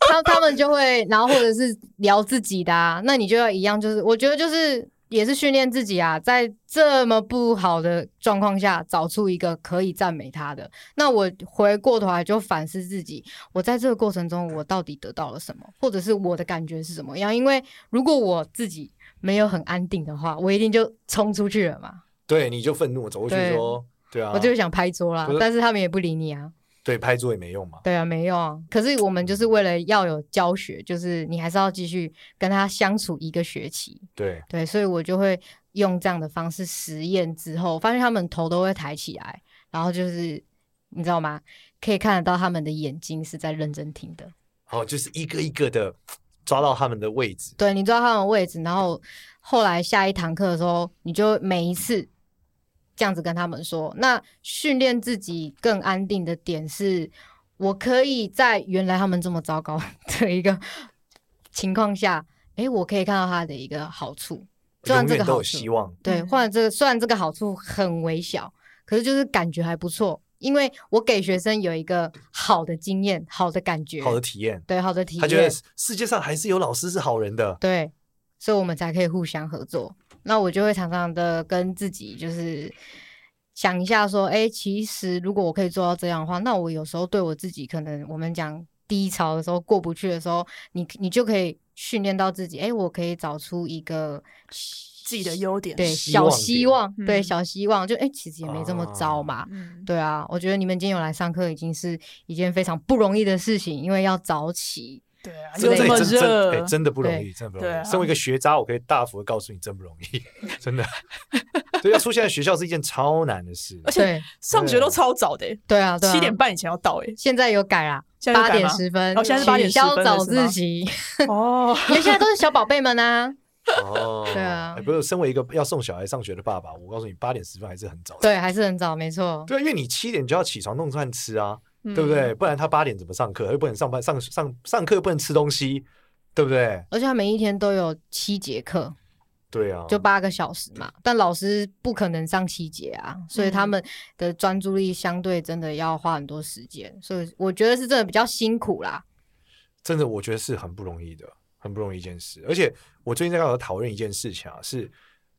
[SPEAKER 5] 他他们就会，然后或者是聊自己的、啊，那你就要一样，就是我觉得就是也是训练自己啊，在这么不好的状况下，找出一个可以赞美他的。那我回过头来就反思自己，我在这个过程中我到底得到了什么，或者是我的感觉是怎么样？因为如果我自己没有很安定的话，我一定就冲出去了嘛，
[SPEAKER 4] 对，你就愤怒走过去说，对啊，
[SPEAKER 5] 我就想拍桌啦
[SPEAKER 4] 不是，
[SPEAKER 5] 但是他们也不理你啊。
[SPEAKER 4] 对拍桌也没用嘛。
[SPEAKER 5] 对啊，没用啊。可是我们就是为了要有教学，就是你还是要继续跟他相处一个学期。
[SPEAKER 4] 对，
[SPEAKER 5] 对，所以我就会用这样的方式实验之后，发现他们头都会抬起来，然后就是你知道吗？可以看得到他们的眼睛是在认真听的。
[SPEAKER 4] 哦，就是一个一个的抓到他们的位置。
[SPEAKER 5] 对，你知道他们的位置，然后后来下一堂课的时候，你就每一次这样子跟他们说。那训练自己更安定的点是，我可以在原来他们这么糟糕的一个情况下，诶，我可以看到他的一个好处。虽
[SPEAKER 4] 永
[SPEAKER 5] 然这
[SPEAKER 4] 远
[SPEAKER 5] 个
[SPEAKER 4] 都
[SPEAKER 5] 好
[SPEAKER 4] 有
[SPEAKER 5] 处，
[SPEAKER 4] 希望，
[SPEAKER 5] 对，
[SPEAKER 1] 嗯
[SPEAKER 5] 或者这个虽然这个好处很微小，可是就是感觉还不错，因为我给学生有一个好的经验、好的感觉、
[SPEAKER 4] 好的体验。
[SPEAKER 5] 对好的体验，
[SPEAKER 4] 他觉得世界上还是有老师是好人的。
[SPEAKER 5] 对，所以我们才可以互相合作。那我就会常常的跟自己就是想一下，说，哎、其实如果我可以做到这样的话，那我有时候对我自己，可能我们讲低潮的时候过不去的时候，你你就可以训练到自己，哎、我可以找出一个
[SPEAKER 1] 自己的优点。
[SPEAKER 5] 对
[SPEAKER 4] 希
[SPEAKER 5] 小
[SPEAKER 4] 望
[SPEAKER 5] 希
[SPEAKER 4] 点
[SPEAKER 5] 望，对
[SPEAKER 1] 嗯
[SPEAKER 5] 小希望，就哎、其实也没这么糟嘛。
[SPEAKER 1] 嗯，
[SPEAKER 5] 对啊，我觉得你们今天有来上课，已经是一件非常不容易的事情，因为要早起。
[SPEAKER 1] 对啊，
[SPEAKER 4] 真
[SPEAKER 1] 又这
[SPEAKER 4] 的真
[SPEAKER 1] 么
[SPEAKER 4] 真真哎
[SPEAKER 1] 热，
[SPEAKER 4] 真的不容易，真的不容
[SPEAKER 1] 对啊
[SPEAKER 4] 易。身为一个学渣，我可以大幅的告诉你，真不容易，真 的。对，要出现在学校是一件超难的事。
[SPEAKER 1] 而且
[SPEAKER 5] 对
[SPEAKER 1] 上学都超早的欸，
[SPEAKER 5] 对啊，对啊。
[SPEAKER 1] 七点半以前要到哎
[SPEAKER 5] 现在有改啦，
[SPEAKER 1] 现在有
[SPEAKER 5] 八
[SPEAKER 1] 改
[SPEAKER 5] 点
[SPEAKER 1] 吗
[SPEAKER 5] 十分，
[SPEAKER 1] 哦现在是8点
[SPEAKER 5] 取消
[SPEAKER 1] 10分了
[SPEAKER 5] 早
[SPEAKER 1] 是吗
[SPEAKER 5] 自习，
[SPEAKER 1] 哦，
[SPEAKER 5] 因为现在都是小宝贝们啊。
[SPEAKER 4] 哦，
[SPEAKER 5] 对啊
[SPEAKER 4] 哎不是，身为一个要送小孩上学的爸爸，我告诉你，八点十分还是很早的。
[SPEAKER 5] 对，还是很早，没错。
[SPEAKER 4] 对啊，因为你七点就要起床弄饭吃啊，
[SPEAKER 1] 对
[SPEAKER 4] 对
[SPEAKER 5] 嗯
[SPEAKER 4] 不？对？不然他八点怎么上课？又不能上班，上上上课又不能吃东西，对不对？
[SPEAKER 5] 而且他每一天都有七节课，
[SPEAKER 4] 对啊，
[SPEAKER 5] 就八个小时嘛。但老师不可能上七节啊，所以
[SPEAKER 1] 嗯
[SPEAKER 5] 他们的专注力相对真的要花很多时间，所以我觉得是真的比较辛苦啦。
[SPEAKER 4] 真的，我觉得是很不容易的，很不容易一件事。而且我最近在跟我讨论一件事情啊，是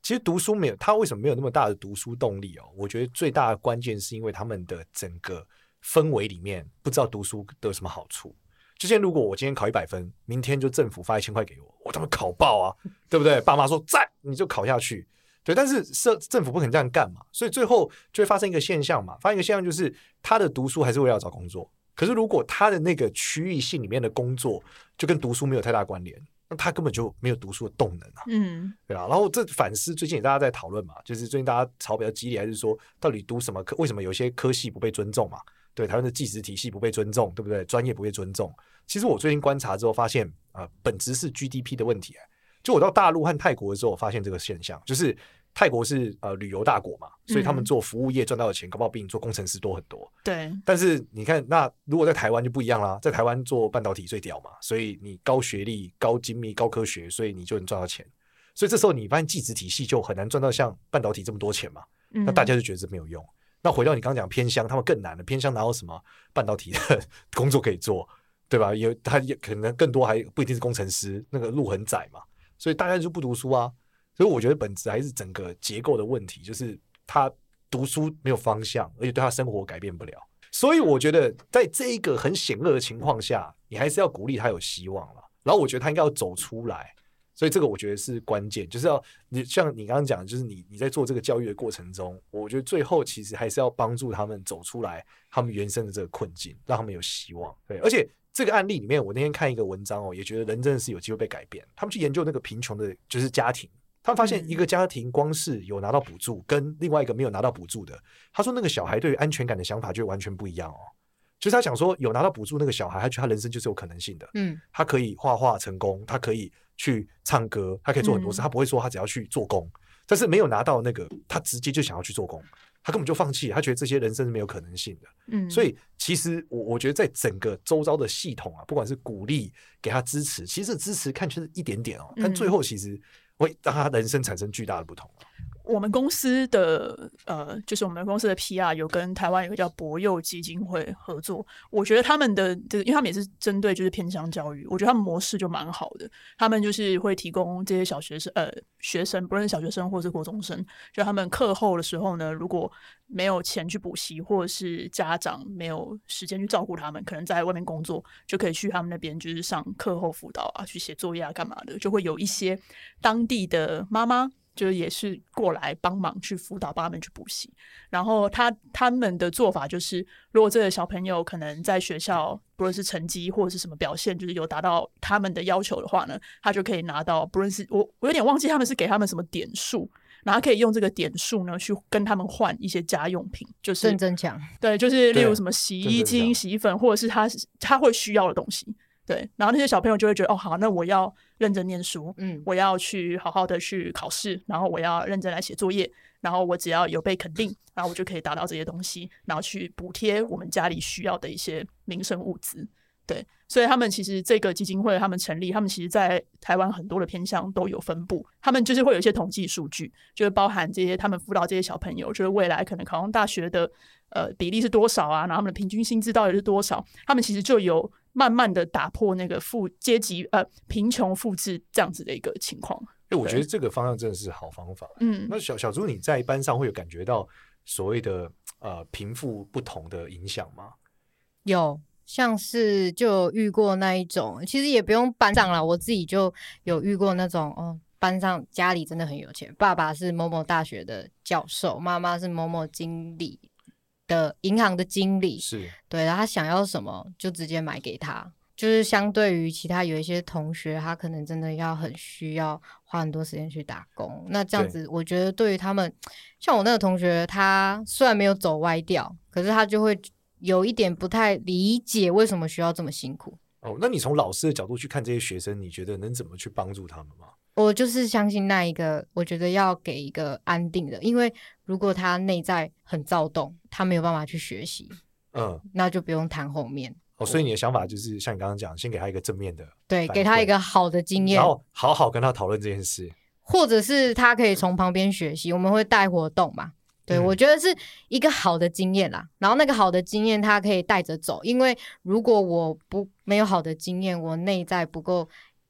[SPEAKER 4] 其实读书没有他为什么没有那么大的读书动力哦？我觉得最大的关键是因为他们的整个氛围里面不知道读书的有什么好处。之前如果我今天考一百分，明天就政府发一千块给我，我他妈考爆啊，对不对？爸妈说赞，你就考下去。对，但是社政府不肯这样干嘛，所以最后就会发生一个现象嘛，发生一个现象就是他的读书还是为了要找工作，可是如果他的那个区域性里面的工作就跟读书没有太大关联，那他根本就没有读书的动能啊，
[SPEAKER 1] 嗯，
[SPEAKER 4] 对啊。然后这反思最近也大家在讨论嘛，就是最近大家吵比较激烈，还是说到底读什么科，为什么有些科系不被尊重嘛？对，台湾的技职体系不被尊重，对不对？专业不被尊重。其实我最近观察之后发现，啊，本质是 GDP 的问题、欸。就我到大陆和泰国的时候，我发现这个现象，就是泰国是呃旅游大国嘛，所以他们
[SPEAKER 1] 嗯
[SPEAKER 4] 做服务业赚到的钱，搞不好比你做工程师多很多。
[SPEAKER 1] 对，
[SPEAKER 4] 但是你看，那如果在台湾就不一样啦，在台湾做半导体最屌嘛，所以你高学历、高精密、高科学，所以你就能赚到钱。所以这时候你发现技职体系就很难赚到像半导体这么多钱嘛，
[SPEAKER 1] 那
[SPEAKER 4] 那大家就觉得这没有用。那回到你刚刚讲偏乡，他们更难了，偏乡哪有什么半导体的 工作可以做，对吧？有他也可能更多还不一定是工程师，那个路很窄嘛，所以大家就不读书啊。所以我觉得本质还是整个结构的问题，就是他读书没有方向，而且对他生活改变不了。所以我觉得在这一个很险恶的情况下，你还是要鼓励他有希望了。然后我觉得他应该要走出来，所以这个我觉得是关键，就是要你像你刚刚讲的，就是你你在做这个教育的过程中，我觉得最后其实还是要帮助他们走出来他们原生的这个困境，让他们有希望。对，而且这个案例里面，我那天看一个文章哦，也觉得人真的是有机会被改变。他们去研究那个贫穷的，就是家庭，他们发现一个家庭光是有拿到补助，跟另外一个没有拿到补助的，他说那个小孩对于安全感的想法就完全不一样哦。就是他想说，有拿到补助那个小孩，他觉得他人生就是有可能性的。
[SPEAKER 5] 嗯，
[SPEAKER 4] 他可以画画成功，他可以去唱歌，他可以做很
[SPEAKER 1] 嗯
[SPEAKER 4] 多事，他不会说他只要去做工。但是没有拿到那个，他直接就想要去做工，他根本就放弃，他觉得这些人生是没有可能性的。
[SPEAKER 1] 嗯，
[SPEAKER 4] 所以其实我我觉得在整个周遭的系统啊，不管是鼓励给他支持，其实这支持看就是一点点哦，但
[SPEAKER 1] 嗯
[SPEAKER 4] 最后其实会让他人生产生巨大的不同、啊。
[SPEAKER 1] 我们公司的呃，就是我们公司的 PR 有跟台湾有个叫博幼基金会合作，我觉得他们的就是因为他们也是针对就是偏乡教育，我觉得他们模式就蛮好的，他们就是会提供这些小学生呃学生，不论是小学生或是国中生，就他们课后的时候呢，如果没有钱去补习，或者是家长没有时间去照顾他们，可能在外面工作，就可以去他们那边就是上课后辅导啊，去写作业啊，干嘛的，就会有一些当地的妈妈。就是也是过来帮忙去辅导，帮他们去补习。然后他他们的做法就是，如果这个小朋友可能在学校不论是成绩或者是什么表现，就是有达到他们的要求的话呢，他就可以拿到，不论是我我有点忘记他们是给他们什么点数，然后可以用这个点数呢去跟他们换一些家用品，就是
[SPEAKER 5] 正增强。
[SPEAKER 1] 对，就是例如
[SPEAKER 4] 对
[SPEAKER 1] 什么洗
[SPEAKER 4] 正
[SPEAKER 1] 衣
[SPEAKER 4] 增强
[SPEAKER 1] 精、洗衣粉，或者是他他会需要的东西。对，然后那些小朋友就会觉得，哦，好，那我要认真念书，
[SPEAKER 5] 嗯，
[SPEAKER 1] 我要去好好的去考试，然后我要认真来写作业，然后我只要有被肯定，然后我就可以达到这些东西，然后去补贴我们家里需要的一些民生物资。对，所以他们其实这个基金会他们成立，他们其实在台湾很多的偏乡都有分布，他们就是会有一些统计数据，就是包含这些他们辅导这些小朋友，就是未来可能考上大学的呃比例是多少啊，然后他们的平均薪资到底是多少，他们其实就有慢慢的打破那个富阶级呃贫穷复制这样子的一个情况。
[SPEAKER 4] 哎，我觉得这个方向真的是好方法。
[SPEAKER 1] 嗯
[SPEAKER 4] 那小小猪，你在班上会有感觉到所谓的呃贫富不同的影响吗？
[SPEAKER 5] 有，像是就有遇过那一种，其实也不用班上啦，我自己就有遇过那种哦，班上家里真的很有钱，爸爸是某某大学的教授，妈妈是某某经理的银行的经理，
[SPEAKER 4] 是，
[SPEAKER 5] 对，然后他想要什么就直接买给他。就是相对于其他有一些同学，他可能真的要很需要花很多时间去打工。那这样
[SPEAKER 4] 对
[SPEAKER 5] 子，我觉得对于他们，像我那个同学，他虽然没有走歪掉，可是他就会有一点不太理解为什么需要这么辛苦。
[SPEAKER 4] 哦，那你从老师的角度去看这些学生，你觉得能怎么去帮助他们吗？
[SPEAKER 5] 我就是相信那一个，我觉得要给一个安定的，因为如果他内在很躁动，他没有办法去学习，
[SPEAKER 4] 嗯，
[SPEAKER 5] 那就不用谈后面。
[SPEAKER 4] 哦，所以你的想法就是像你刚刚讲，先给他一个正面的，
[SPEAKER 5] 对，
[SPEAKER 4] 反
[SPEAKER 5] 给他一
[SPEAKER 4] 馈
[SPEAKER 5] 个好的经验
[SPEAKER 4] 然，后好好跟他讨论这件事。
[SPEAKER 5] 或者是他可以从旁边学习，我们会带活动嘛。对，
[SPEAKER 4] 嗯
[SPEAKER 5] 我觉得是一个好的经验啦。然后那个好的经验，他可以带着走，因为如果我不没有好的经验，我内在不够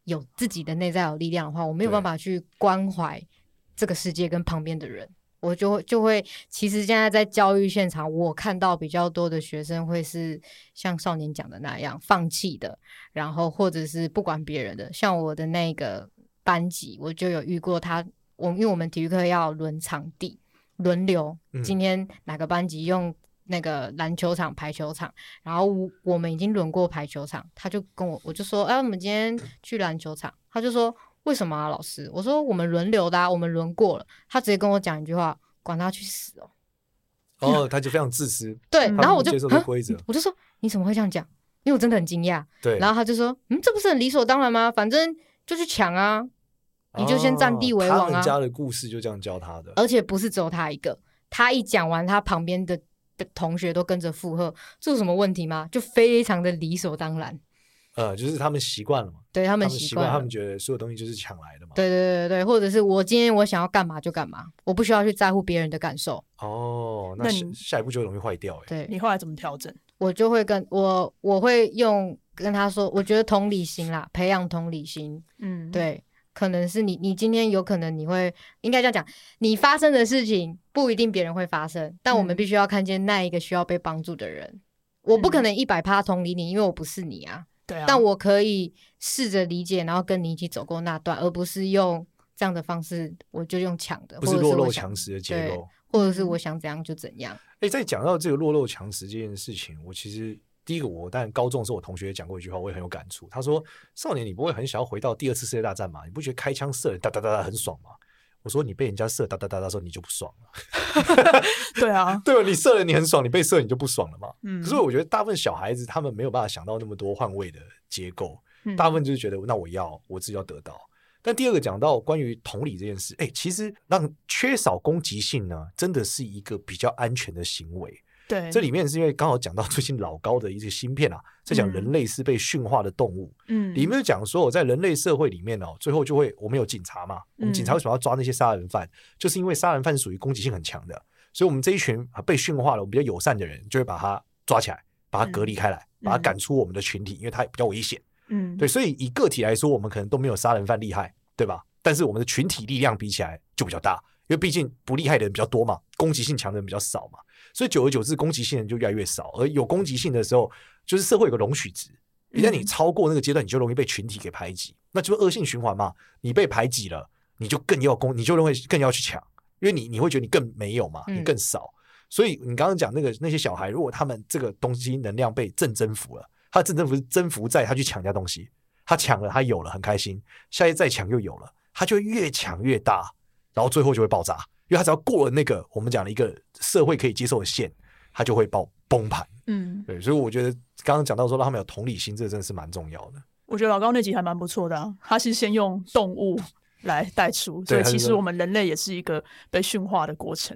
[SPEAKER 5] 有自己的内在有力量的话，我没有
[SPEAKER 4] 对
[SPEAKER 5] 办法去关怀这个世界跟旁边的人，我就会就会。其实现在在教育现场，我看到比较多的学生会是像少年讲的那样放弃的，然后或者是不管别人的，像我的那个班级，我就有遇过他，我因为我们体育课要轮场地，轮流
[SPEAKER 4] 嗯，
[SPEAKER 5] 今天哪个班级用那个篮球场、排球场，然后我我们已经轮过排球场，他就跟我，我就说，哎，我们今天去篮球场，他就说为什么啊，老师？我说我们轮流的、啊，我们轮过了，他直接跟我讲一句话，管他去死哦，
[SPEAKER 4] 哦，他就非常自私，
[SPEAKER 5] 对，
[SPEAKER 1] 嗯
[SPEAKER 5] 然后我就
[SPEAKER 4] 他不接受这
[SPEAKER 5] 啊
[SPEAKER 4] 规则，
[SPEAKER 5] 我就说你怎么会这样讲？因为我真的很惊讶，
[SPEAKER 4] 对，
[SPEAKER 5] 然后他就说：“嗯，这不是很理所当然吗？反正就去抢啊，你就先占地为王
[SPEAKER 4] 哦他
[SPEAKER 5] 啊嗯
[SPEAKER 4] 们家的故事就这样教他的，
[SPEAKER 5] 而且不是只有他一个，他一讲完，他旁边的的同学都跟着附和，这有什么问题吗？就非常的理所当然，
[SPEAKER 4] 呃，就是他们习惯了嘛，
[SPEAKER 5] 对他
[SPEAKER 4] 他
[SPEAKER 5] 们
[SPEAKER 4] 们
[SPEAKER 5] 习
[SPEAKER 4] 习
[SPEAKER 5] 惯
[SPEAKER 4] 惯，
[SPEAKER 5] 了。
[SPEAKER 4] 他们觉得所有东西就是抢来的嘛。，
[SPEAKER 5] 对对对对，或者是我今天我想要干嘛就干嘛，我不需要去在乎别人的感受。
[SPEAKER 4] 哦，那
[SPEAKER 1] 那
[SPEAKER 4] 下
[SPEAKER 1] 你
[SPEAKER 4] 下一步就容易坏掉哎。
[SPEAKER 5] 对
[SPEAKER 1] 你后来怎么调整？
[SPEAKER 5] 我就会跟我我会用跟他说，我觉得同理心啦，培养同理心，
[SPEAKER 1] 嗯，
[SPEAKER 5] 对，可能是你，你今天有可能你会应该这样讲，你发生的事情不一定别人会发生，但我
[SPEAKER 1] 嗯
[SPEAKER 5] 们必须要看见那一个需要被帮助的人。我不可
[SPEAKER 1] 嗯
[SPEAKER 5] 能一百趴同理你，因为我不是你啊。
[SPEAKER 1] 对啊，
[SPEAKER 5] 但我可以试着理解，然后跟你一起走过那段，而不是用这样的方式，我就用抢的，
[SPEAKER 4] 不是
[SPEAKER 5] 或者
[SPEAKER 4] 弱
[SPEAKER 5] 我
[SPEAKER 4] 肉
[SPEAKER 5] 想
[SPEAKER 4] 强食的结构。
[SPEAKER 5] 或者是我想怎样就怎样。
[SPEAKER 4] 哎，在讲到这个弱肉强食这件事情，我其实第一个我，当然高中的时候我同学也讲过一句话，我也很有感触。他说：“少年，你不会很想要回到第二次世界大战吗？你不觉得开枪射人哒哒哒哒很爽吗？”我说：“你被人家射哒哒哒哒的时候，你就不爽了，
[SPEAKER 1] 对啊，
[SPEAKER 4] 对吧？你射人你很爽，你被射你就不爽了嘛。
[SPEAKER 1] 嗯
[SPEAKER 4] 可是我觉得大部分小孩子他们没有办法想到那么多换位的结构，
[SPEAKER 1] 嗯
[SPEAKER 4] 大部分就是觉得那我要我自己要得到。但第二个讲到关于同理这件事，哎、其实让缺少攻击性呢，真的是一个比较安全的行为。
[SPEAKER 1] 对
[SPEAKER 4] 这里面是因为刚好讲到最近老高的一些芯片啊，在讲
[SPEAKER 1] 嗯
[SPEAKER 4] 人类是被驯化的动物，
[SPEAKER 1] 嗯
[SPEAKER 4] 里面就讲说，在人类社会里面哦，最后就会我们有警察嘛，我们警察
[SPEAKER 1] 嗯
[SPEAKER 4] 为什么要抓那些杀人犯？就是因为杀人犯是属于攻击性很强的，所以我们这一群啊被驯化了，我们比较友善的人就会把他抓起来，把他隔离开来，把他赶出我们的群体，因为他比较危险。
[SPEAKER 1] 嗯
[SPEAKER 4] 对，所以以个体来说，我们可能都没有杀人犯厉害，对吧？但是我们的群体力量比起来就比较大，因为毕竟不厉害的人比较多嘛，攻击性强的人比较少嘛，所以久而久之，攻击性的人就越来越少。而有攻击性的时候，就是社会有个容许值，一旦你
[SPEAKER 1] 嗯
[SPEAKER 4] 超过那个阶段，你就容易被群体给排挤，那就是恶性循环嘛。你被排挤了，你就更要攻，你就会更要去抢，因为你你会觉得你更没有嘛，你
[SPEAKER 5] 嗯
[SPEAKER 4] 更少。所以你刚刚讲那个那些小孩，如果他们这个东西能量被正征服了，他正征服是征服在他去抢人家东西，他抢了，他有了，很开心，下一次再抢又有了，他就会越抢越大，然后最后就会爆炸，因为他只要过了那个我们讲的一个社会可以接受的线，他就会爆崩盘。
[SPEAKER 1] 嗯，
[SPEAKER 4] 对，所以我觉得刚刚讲到说让他们有同理心，这真的是蛮重要的。
[SPEAKER 1] 我觉得老高那集还蛮不错的、啊，他是先用动 物来带出，所
[SPEAKER 4] 对
[SPEAKER 1] 以
[SPEAKER 4] 他是
[SPEAKER 1] 其实
[SPEAKER 4] 说
[SPEAKER 1] 我们人类也是一个被驯化的过程。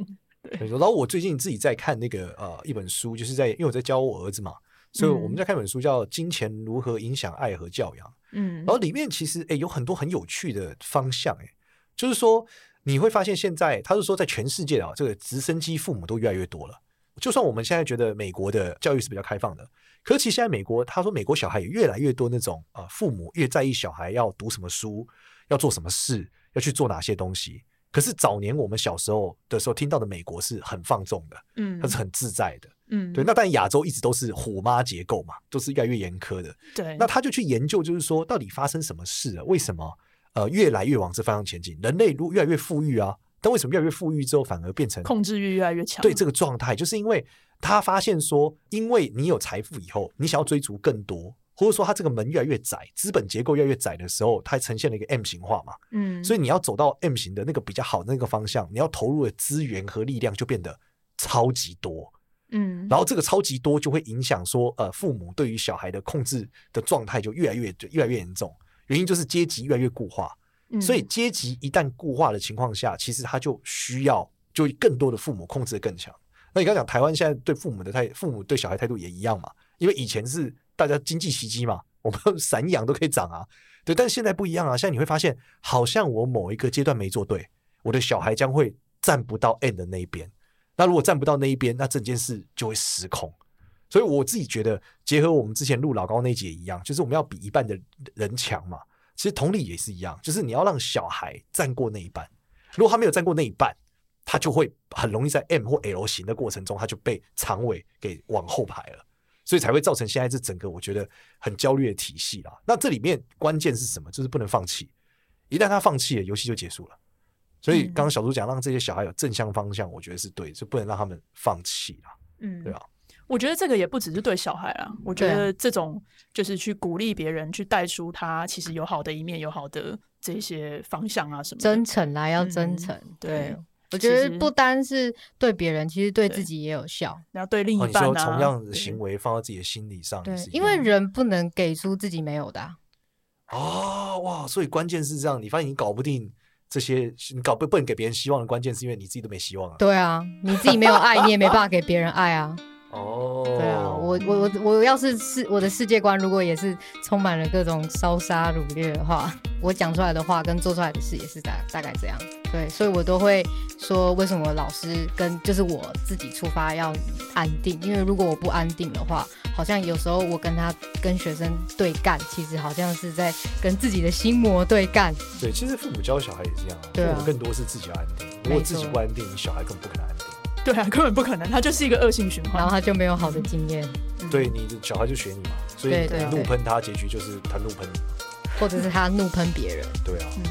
[SPEAKER 4] 没错然后我最近自己在看那个呃一本书，就是在因为我在教我儿子嘛，所以我们在看一本书叫《金钱如何影响爱和教养》。
[SPEAKER 1] 嗯
[SPEAKER 4] 然后里面其实诶有很多很有趣的方向诶，就是说你会发现现在他是说在全世界啊，这个直升机父母都越来越多了。就算我们现在觉得美国的教育是比较开放的，可是其实现在美国他说美国小孩也越来越多那种啊、呃父母越在意小孩要读什么书，要做什么事，要去做哪些东西。可是早年我们小时候的时候听到的美国是很放纵的，
[SPEAKER 1] 嗯
[SPEAKER 4] 它是很自在的。
[SPEAKER 1] 嗯
[SPEAKER 4] 对，那但亚洲一直都是虎妈结构嘛，都是越来越严苛的。
[SPEAKER 1] 对
[SPEAKER 4] 那他就去研究，就是说到底发生什么事了？为什么呃越来越往这方向前进？人类如越来越富裕啊，但为什么越来越富裕之后反而变成
[SPEAKER 1] 控制欲越来越强。
[SPEAKER 4] 对这个状态？就是因为他发现说，因为你有财富以后，你想要追逐更多，或者说他这个门越来越窄，资本结构越来越窄的时候，它呈现了一个 M 型化嘛。
[SPEAKER 1] 嗯，
[SPEAKER 4] 所
[SPEAKER 1] 以
[SPEAKER 4] 以你要走到 M 型的那个比较好的那个方向，你要投入的资源和力量就变得超级多。
[SPEAKER 1] 嗯，
[SPEAKER 4] 然后这个超级多就会影响说，呃，父母对于小孩的控制的状态就越来越就越来越严重。原因就是阶级越来越固化，
[SPEAKER 1] 后
[SPEAKER 4] 所以阶级一旦固化的情况下，其实他就需要就更多的父母控制的更强。那你刚讲台湾现在对父母的态，父母对小孩态度也一样嘛？因为以前是大家经济袭击嘛，我们 散养都可以涨啊，对，但现在不一样啊。现在你会发现，好像我某一个阶段没做对，我的小孩将会站不到 N 的那一边。那如果站不到那一边，那整件事就会失控。所以我自己觉得，结合我们之前录老高那集也一样，就是我们要比一半的人强嘛。其实同理也是一样，就是你要让小孩站过那一半。如果他没有站过那一半，他就会很容易在 M 或 L 型的过程中，他就被长尾给往后排了，所以才会造成现在这整个我觉得很焦虑的体系啦。那这里面关键是什么？就是不能放弃，一旦他放弃了，游戏就结束了。所以刚刚小猪讲，让这些小孩有正向方向，我觉得是对，就不能让他们放弃啦。
[SPEAKER 1] 嗯，
[SPEAKER 4] 对啊。
[SPEAKER 1] 我觉得这个也不只是对小孩啊，我觉
[SPEAKER 5] 对啊
[SPEAKER 1] 得这种就是去鼓励别人，去带出他其实有好的一面，有好的这些方向啊什么的。
[SPEAKER 5] 真诚啦，要真
[SPEAKER 1] 嗯
[SPEAKER 5] 诚。
[SPEAKER 1] 对
[SPEAKER 5] 对，我
[SPEAKER 1] 其
[SPEAKER 5] 觉得
[SPEAKER 1] 实
[SPEAKER 5] 不单是对别人，其实对
[SPEAKER 1] 对
[SPEAKER 5] 自己也有效。
[SPEAKER 1] 然后对另
[SPEAKER 4] 哦，
[SPEAKER 1] 一
[SPEAKER 4] 你
[SPEAKER 1] 半
[SPEAKER 4] 说
[SPEAKER 1] 啊，
[SPEAKER 4] 同样的
[SPEAKER 1] 对
[SPEAKER 4] 行为放到自己的心理上也
[SPEAKER 5] 对
[SPEAKER 4] 嗯是一样，的，
[SPEAKER 5] 因为人不能给出自己没有的啊、
[SPEAKER 4] 哦哇，所以关键是这样，你发现你搞不定这些，你搞不不能给别人希望的关键是因为你自己都没希望啊。
[SPEAKER 5] 对啊，你自己没有爱，你也没办法给别人爱 啊。
[SPEAKER 4] 哦，
[SPEAKER 5] 对啊，我我我我要是世我的世界观如果也是充满了各种烧杀掳掠的话，我讲出来的话跟做出来的事也是大大概这样。对，所以我都会说，为什么老师跟就是我自己出发要安定，因为如果我不安定的话，好像有时候我跟他跟学生对干，其实好像是在跟自己的心魔对干。
[SPEAKER 4] 嗯对，其实父母教小孩也是这样啊，
[SPEAKER 5] 对啊嗯
[SPEAKER 4] 父母更多是自己要安定，如果自己不安定，你小孩更不可能安定。
[SPEAKER 1] 对啊，根本不可能，它就是一个恶性循
[SPEAKER 5] 然后
[SPEAKER 1] 环。嗯
[SPEAKER 5] 他就没有好的经验，
[SPEAKER 4] 对你的小孩就学你嘛，所以
[SPEAKER 5] 对对
[SPEAKER 4] 你怒
[SPEAKER 5] 对
[SPEAKER 4] 喷他，结局就是他怒喷你。
[SPEAKER 5] 或者是他怒喷别人。
[SPEAKER 4] 对啊，
[SPEAKER 1] 嗯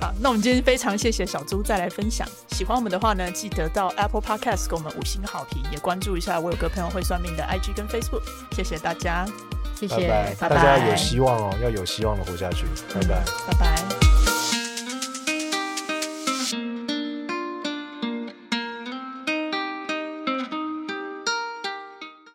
[SPEAKER 1] 好，那我们今天非常谢谢小猪再来分享。喜欢我们的话呢，记得到 Apple Podcast 给我们五星好评，也关注一下我有个朋友会算命的 IG 跟 Facebook。谢谢大家，
[SPEAKER 5] 谢
[SPEAKER 4] 拜
[SPEAKER 5] 谢，
[SPEAKER 4] 拜，
[SPEAKER 5] 拜
[SPEAKER 4] 大家有
[SPEAKER 5] 拜
[SPEAKER 4] 希望哦，要有希望的活下去，拜拜。
[SPEAKER 1] 拜拜。